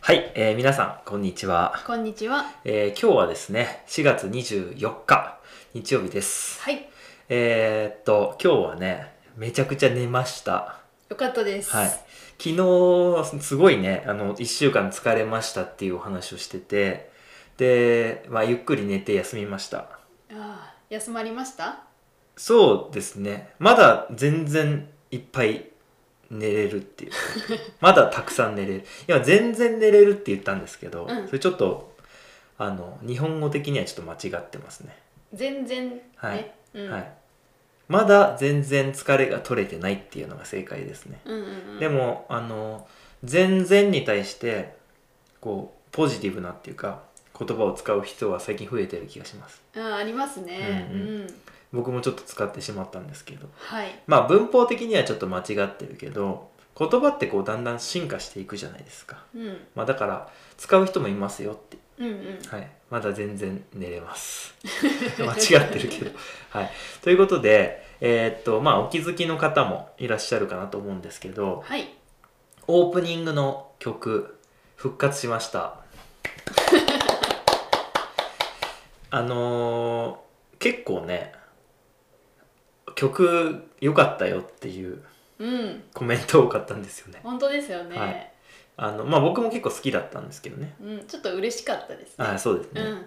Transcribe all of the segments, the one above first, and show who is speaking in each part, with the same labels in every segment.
Speaker 1: はい、えー皆さん、こんにちは、
Speaker 2: こんにちは。
Speaker 1: えー今日はですね、4月24日、日曜日です。
Speaker 2: はい。
Speaker 1: えーっと、今日はね、めちゃくちゃ寝ました。
Speaker 2: よかったです。
Speaker 1: はい。昨日、すごいね、あの、1週間疲れましたっていうお話をしてて、で、まあ、ゆっくり寝て休みました。
Speaker 2: ああ、休まりました。
Speaker 1: そうですね。まだ全然いっぱい寝れる っていう。まだたくさん寝れる。いや、全然寝れるって言ったんですけど、
Speaker 2: うん
Speaker 1: それちょっと、あの、日本語的にはちょっと間違ってますね。
Speaker 2: 全然ね。
Speaker 1: はい
Speaker 2: うん、
Speaker 1: はい。まだ全然疲れが取れてないっていうのが正解ですね。
Speaker 2: うんうんうん。
Speaker 1: でも、あの、全然に対して、こう、ポジティブなっていうか、言葉を使う人は最近増えてる気がします。
Speaker 2: ああ、ありますね。
Speaker 1: う
Speaker 2: うんん、
Speaker 1: う僕もちょっと使ってしまったんですけど。
Speaker 2: はい。
Speaker 1: まあ文法的にはちょっと間違ってるけど言葉ってこうだんだん進化していくじゃないですか、
Speaker 2: うん。うん
Speaker 1: まあ、だから使う人もいますよって、
Speaker 2: うん。
Speaker 1: はい、まだ全然寝れます間違ってるけど、はい、ということでえーっとまあお気づきの方もいらっしゃるかなと思うんですけど
Speaker 2: はい。
Speaker 1: オープニングの曲復活しましたあのー結構ね曲良かったよっていう
Speaker 2: うん。
Speaker 1: コメント多かったんですよね。
Speaker 2: 本当ですよね。
Speaker 1: はいあのまあ僕も結構好きだったんですけどね。
Speaker 2: うん、ちょっと嬉しかったですね。
Speaker 1: あそうですね、
Speaker 2: うん。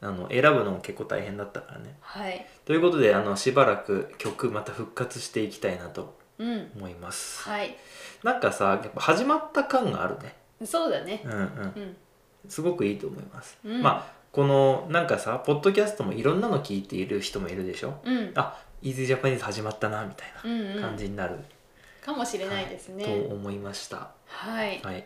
Speaker 1: あの選ぶのも結構大変だったからね。
Speaker 2: はい。
Speaker 1: ということであのしばらく曲また復活していきたいなと
Speaker 2: うん。
Speaker 1: 思います。
Speaker 2: はい。
Speaker 1: なんかさやっぱ始まった感があるね。
Speaker 2: そうだね
Speaker 1: う。んうん
Speaker 2: うん。
Speaker 1: すごくいいと思います。
Speaker 2: うん
Speaker 1: まあこのなんかさポッドキャストもいろんなの聞いている人もいるでしょ。
Speaker 2: うん。
Speaker 1: あイージージャパニーズ始まったなみたい
Speaker 2: うんう。
Speaker 1: なん感じになる、
Speaker 2: かもしれないですね。
Speaker 1: と思いました。
Speaker 2: はい。
Speaker 1: はい、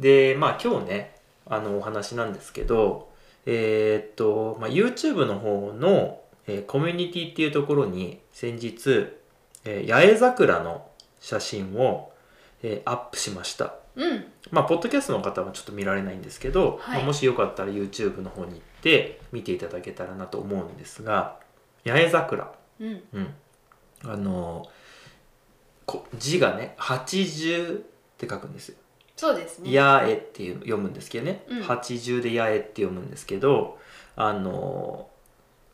Speaker 1: でまあ今日ねあのお話なんですけどえーっと、まあ、YouTube の方の、えーコミュニティっていうところに先日、えー八重桜の写真を、えーアップしました
Speaker 2: うん。
Speaker 1: まあポッドキャストの方はちょっと見られないんですけど、
Speaker 2: はい
Speaker 1: まあもしよかったら YouTube の方に行って見ていただけたらなと思うんですが八重桜
Speaker 2: うん。
Speaker 1: うんあのこ字がね80って書くんですよ
Speaker 2: そうですね。。
Speaker 1: 八重っていう読むんですけどね、
Speaker 2: うん
Speaker 1: 80で八重って読むんですけどあの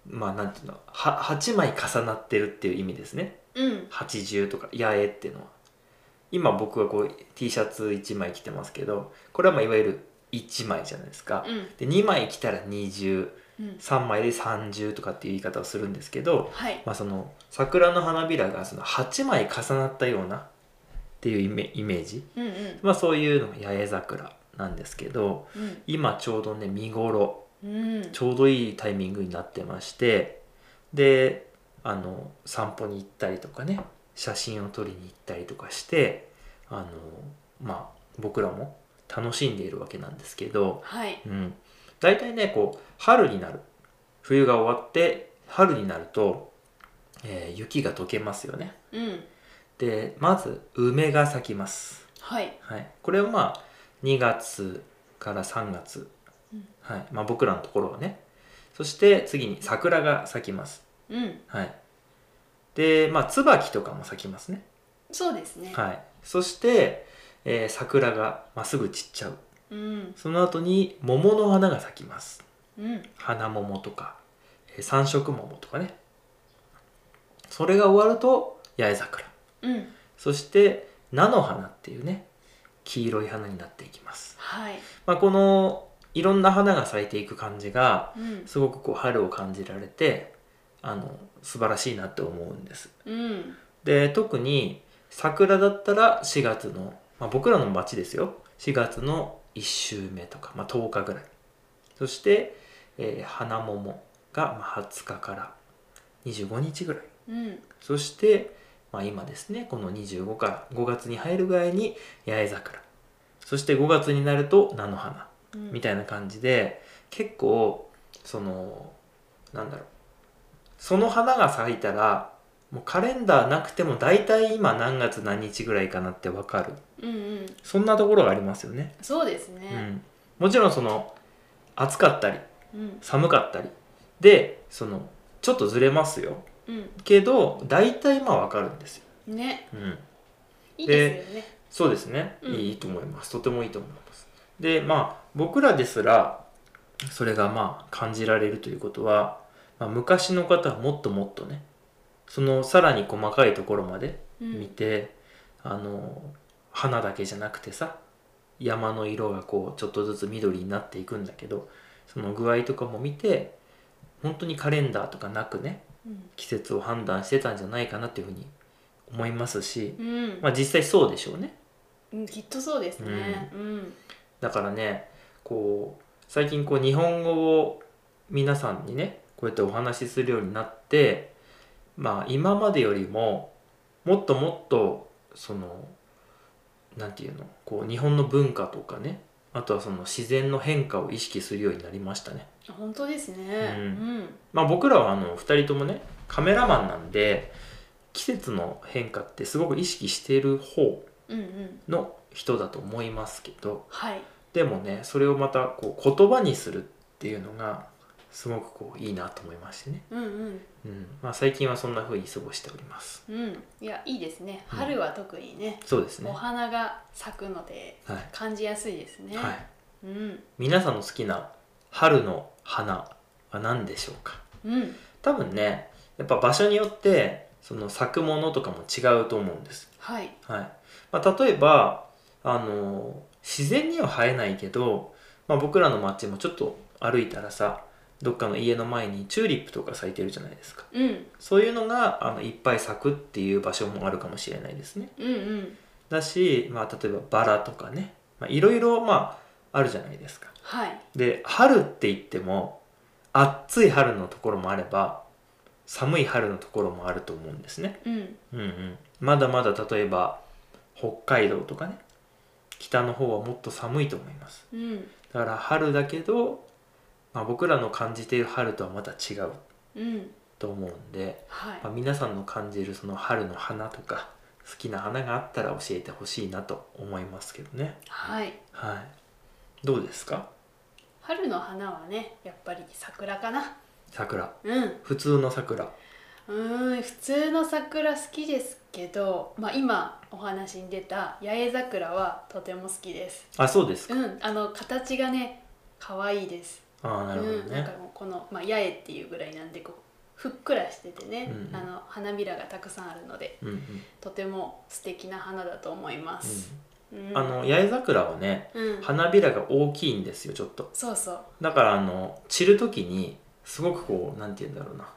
Speaker 1: まあなんていうのは8枚重なってるっていう意味ですね
Speaker 2: うん。
Speaker 1: 80とか八重っていうのは今僕はこう T シャツ1枚着てますけどこれはまあいわゆる1枚じゃないですか、
Speaker 2: うん。
Speaker 1: で2枚着たら20
Speaker 2: うん。
Speaker 1: 3枚で30とかっていう言い方をするんですけど、
Speaker 2: はい。
Speaker 1: まあ、その桜の花びらがその8枚重なったようなっていうイメイメージ
Speaker 2: うんうん。
Speaker 1: まあそういうのが八重桜なんですけど
Speaker 2: うん。
Speaker 1: 今ちょうどね見頃
Speaker 2: うん。
Speaker 1: ちょうどいいタイミングになってましてであの散歩に行ったりとかね写真を撮りに行ったりとかしてあのまあ僕らも楽しんでいるわけなんですけど、
Speaker 2: はい。
Speaker 1: うん、大体ねこう春になる冬が終わって春になると、えー雪が溶けますよね
Speaker 2: うん。
Speaker 1: でまず梅が咲きます
Speaker 2: はい。
Speaker 1: はい、これをまあ2月から3月、
Speaker 2: うん
Speaker 1: はいまあ、僕らのところはねそして次に桜が咲きます、
Speaker 2: うん。
Speaker 1: はい、でまあ椿とかも咲きますね、
Speaker 2: そうですね。
Speaker 1: はい、そして、えー桜が、まあ、すぐ散っちゃう
Speaker 2: うん。
Speaker 1: その後に桃の花が咲きます
Speaker 2: うん。
Speaker 1: 花桃とか、えー三色桃とかねそれが終わると八重桜
Speaker 2: うん。
Speaker 1: そして菜の花っていうね黄色い花になっていきます
Speaker 2: はい。
Speaker 1: まあ、このいろんな花が咲いていく感じが
Speaker 2: うん。
Speaker 1: すごくこう春を感じられてあの素晴らしいなって思うんです。
Speaker 2: うん。
Speaker 1: で特に桜だったら4月の、まあ、僕らの町ですよ4月の1週目とか、まあ、10日ぐらいそして、えー花桃がまあ20日から25日ぐらい
Speaker 2: うん。
Speaker 1: そして、まあ、今ですねこの25から5月に入るぐらいに八重桜そして5月になると菜の花
Speaker 2: うん
Speaker 1: みたいな感じで結構そのなんだろうその花が咲いたらもうカレンダーなくても大体今何月何日ぐらいかなってわかる
Speaker 2: うんうん。
Speaker 1: そんなところがありますよね、
Speaker 2: そうです
Speaker 1: う
Speaker 2: ね。
Speaker 1: ん、もちろんその暑かったり
Speaker 2: うん。
Speaker 1: 寒かったりでそのちょっとずれますよ
Speaker 2: う
Speaker 1: けど大体まあわかるんですよ、
Speaker 2: ん。ね。
Speaker 1: うん、
Speaker 2: いいですよね。
Speaker 1: そうですね、
Speaker 2: うん
Speaker 1: いいと思いますとてもいいと思いますでまあ僕らですらそれがまあ感じられるということは、まあ、昔の方はもっともっとねそのさらに細かいところまで
Speaker 2: うん
Speaker 1: 見て、あの花だけじゃなくてさ山の色がこうちょっとずつ緑になっていくんだけどその具合とかも見て本当にカレンダーとかなくね
Speaker 2: うん
Speaker 1: 季節を判断してたんじゃないかなっていうふうに思いますし、
Speaker 2: うん
Speaker 1: まあ、実際そうでしょうね。
Speaker 2: うんきっとそうですねうん
Speaker 1: だからねこう最近こう日本語を皆さんにねこうやってお話しするようになってまあ今までよりももっともっとそのなんていうのこう日本の文化とかねあとはその自然の変化を意識するようになりましたね。
Speaker 2: 本当ですね
Speaker 1: う
Speaker 2: うんん
Speaker 1: まあ、僕らはあの2人ともねカメラマンなんで季節の変化ってすごく意識している方
Speaker 2: うんうん
Speaker 1: の人だと思いますけど
Speaker 2: はい
Speaker 1: でもねそれをまたこう言葉にするっていうのがすごくこういいなと思いましてね、
Speaker 2: うんうん
Speaker 1: うんまあ、最近はそんな風に過ごしております
Speaker 2: うんいやいいですね
Speaker 1: うん
Speaker 2: 春は特にね
Speaker 1: そうですね
Speaker 2: お
Speaker 1: は
Speaker 2: 花が咲くので
Speaker 1: い、
Speaker 2: 感じやすいですね
Speaker 1: はい、
Speaker 2: うん
Speaker 1: 皆さんの好きな春の花は何でしょうか
Speaker 2: うん
Speaker 1: 多分ねやっぱ場所によってその咲くものとかも違うと思うんです、
Speaker 2: はい
Speaker 1: はいまあ、例えばあの自然には生えないけど、まあ、僕らの街もちょっと歩いたらさどっかの家の前にチューリップとか咲いてるじゃないですか
Speaker 2: うん
Speaker 1: そういうのがあのいっぱい咲くっていう場所もあるかもしれないですね。
Speaker 2: うんうん
Speaker 1: だし、まあ、例えばバラとかねまあいろいろまああるじゃないですか。
Speaker 2: はい
Speaker 1: で春って言っても暑い春のところもあれば寒い春のところもあると思うんですね。
Speaker 2: うん
Speaker 1: うんうん、まだまだ例えば北海道とかね北の方はもっと寒いと思います。
Speaker 2: うん
Speaker 1: だから春だけど、まあ、僕らの感じている春とはまた違う
Speaker 2: うん
Speaker 1: と思うんで。
Speaker 2: はい
Speaker 1: まあ、皆さんの感じるその春の花とか好きな花があったら教えてほしいなと思いますけどね
Speaker 2: はい
Speaker 1: はいどうですか
Speaker 2: 春の花はねやっぱり桜かな
Speaker 1: 桜
Speaker 2: うん
Speaker 1: 普通の桜
Speaker 2: うーん普通の桜好きですけど、まあ、今お話に出た八重桜はとても好きです
Speaker 1: あそうですか
Speaker 2: うんあの形がね可愛いです
Speaker 1: ああなるほど
Speaker 2: うん、なん
Speaker 1: ね
Speaker 2: かもうこの、まあ、八重っていうぐらいなんでこうふっくらしててね、
Speaker 1: うんうん
Speaker 2: あの花びらがたくさんあるので
Speaker 1: うんうん、
Speaker 2: とても素敵な花だと思います、うん
Speaker 1: うん、あの八重桜はね
Speaker 2: うん、
Speaker 1: 花びらが大きいんですよちょっと
Speaker 2: そうそう
Speaker 1: だからあの散る時にすごくこうなんて言うんだろうな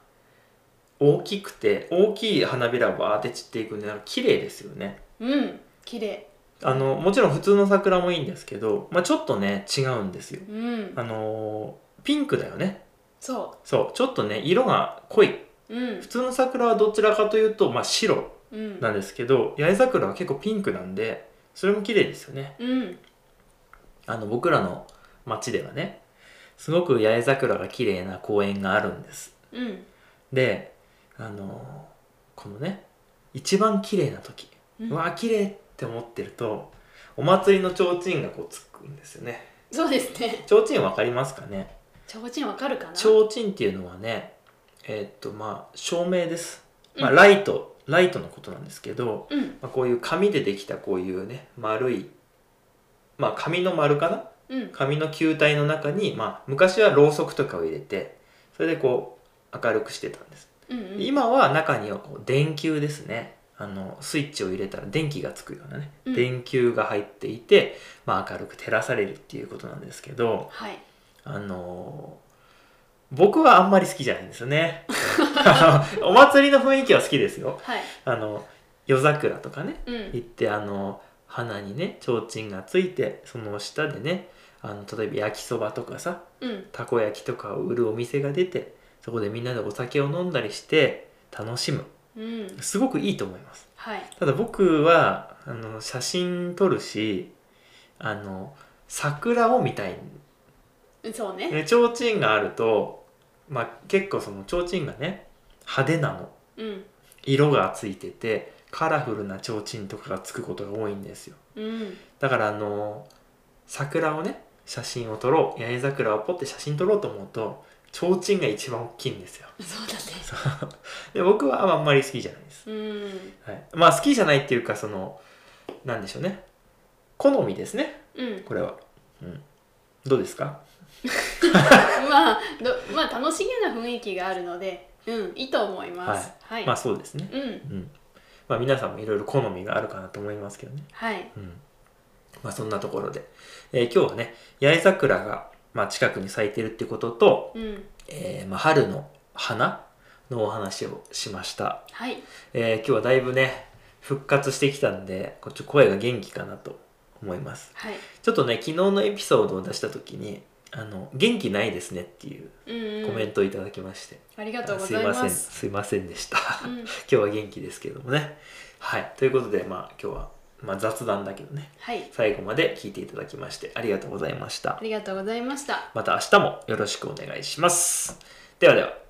Speaker 1: 大きくて大きい花びらをバーって散っていくんでなんか綺麗ですよね
Speaker 2: うん綺麗
Speaker 1: あのもちろん普通の桜もいいんですけど、まあ、ちょっとね違うんですよ
Speaker 2: うん
Speaker 1: あのーピンクだよね
Speaker 2: そ
Speaker 1: そうちょっとね色が濃いう
Speaker 2: うん
Speaker 1: 普通の桜はどちらかというと、まあ、白
Speaker 2: うん
Speaker 1: なんですけど八重桜は結構ピンクなんでそれも綺麗ですよね
Speaker 2: うん
Speaker 1: あの僕らの町ではねすごく八重桜が綺麗な公園があるんです
Speaker 2: うん
Speaker 1: であのーこのね一番綺麗な時
Speaker 2: うん
Speaker 1: うわー綺麗って思ってるとお祭りの提灯がこうつくんですよね
Speaker 2: そうですね
Speaker 1: 提灯わかりますかね
Speaker 2: 提灯わかるかな
Speaker 1: 提灯っていうのはねえーっとまあ照明です、まあ、
Speaker 2: うん
Speaker 1: ライト、ライトのことなんですけど、
Speaker 2: うん
Speaker 1: まあ、こういう紙でできたこういうね丸いまあ紙の丸かな
Speaker 2: うん
Speaker 1: 紙の球体の中に、まあ、昔はろうそくとかを入れてそれでこう明るくしてたんです、
Speaker 2: うん
Speaker 1: で
Speaker 2: うん
Speaker 1: 今は中にはこう電球ですねあのスイッチを入れたら電気がつくようなね、
Speaker 2: うん
Speaker 1: 電球が入っていて、まあ、明るく照らされるっていうことなんですけど、
Speaker 2: はい
Speaker 1: あのー僕はあんまり好きじゃないんですよね。 あのお祭りの雰囲気は好きですよ。
Speaker 2: はい
Speaker 1: あの夜桜とかね
Speaker 2: う
Speaker 1: 行っ
Speaker 2: ん
Speaker 1: てあの花にね提灯がついてその下でねあの例えば焼きそばとかさ
Speaker 2: うん
Speaker 1: たこ焼きとかを売るお店が出てそこでみんなでお酒を飲んだりして楽しむ
Speaker 2: うん
Speaker 1: すごくいいと思います。
Speaker 2: はい
Speaker 1: ただ僕はあの写真撮るしあの桜を見たいん
Speaker 2: そうね
Speaker 1: ね、提灯があると、まあ、結構その提灯がね派手なの
Speaker 2: うん
Speaker 1: 色がついててカラフルな提灯とかがつくことが多いんですよ
Speaker 2: うん
Speaker 1: だからあの桜をね写真を撮ろう八重桜をポッて写真撮ろうと思うと提灯が一番大きいんです よ
Speaker 2: そうだね
Speaker 1: そうで僕はあんまり好きじゃないです、
Speaker 2: うん
Speaker 1: はい、まあ好きじゃないっていうかそのなんでしょうね好みですね
Speaker 2: うん
Speaker 1: これは、どうですか
Speaker 2: まあどまあ楽しげな雰囲気があるのでうんいいと思いますはい、
Speaker 1: まあそうですね。
Speaker 2: うん
Speaker 1: うん。まあ皆さんもいろいろ好みがあるかなと思いますけどね。
Speaker 2: はい
Speaker 1: うん。まあそんなところで。えー今日はね、八重桜が、まあ、近くに咲いてるってことと、
Speaker 2: うん
Speaker 1: えーまあ、春の花のお話をしました。
Speaker 2: はい
Speaker 1: えー今日はだいぶね、復活してきたんで、こっち声が元気かなと思います。
Speaker 2: はい
Speaker 1: ちょっとね、昨日のエピソードを出した時に、あの、元気ないですねっていう
Speaker 2: うん、うん、
Speaker 1: コメントをいただきまして、
Speaker 2: ありがとうご
Speaker 1: すい
Speaker 2: ざい
Speaker 1: ませ
Speaker 2: ま
Speaker 1: ん、
Speaker 2: す
Speaker 1: すいませんでした。
Speaker 2: うん
Speaker 1: 今日は元気ですけどもね。はい。ということで、まあ今日は、まあ、雑談だけどね、
Speaker 2: はい
Speaker 1: 最後まで聞いていただきましてありがとうございました
Speaker 2: あ。りがとうございました
Speaker 1: また明日もよろしくお願いします。ではでは。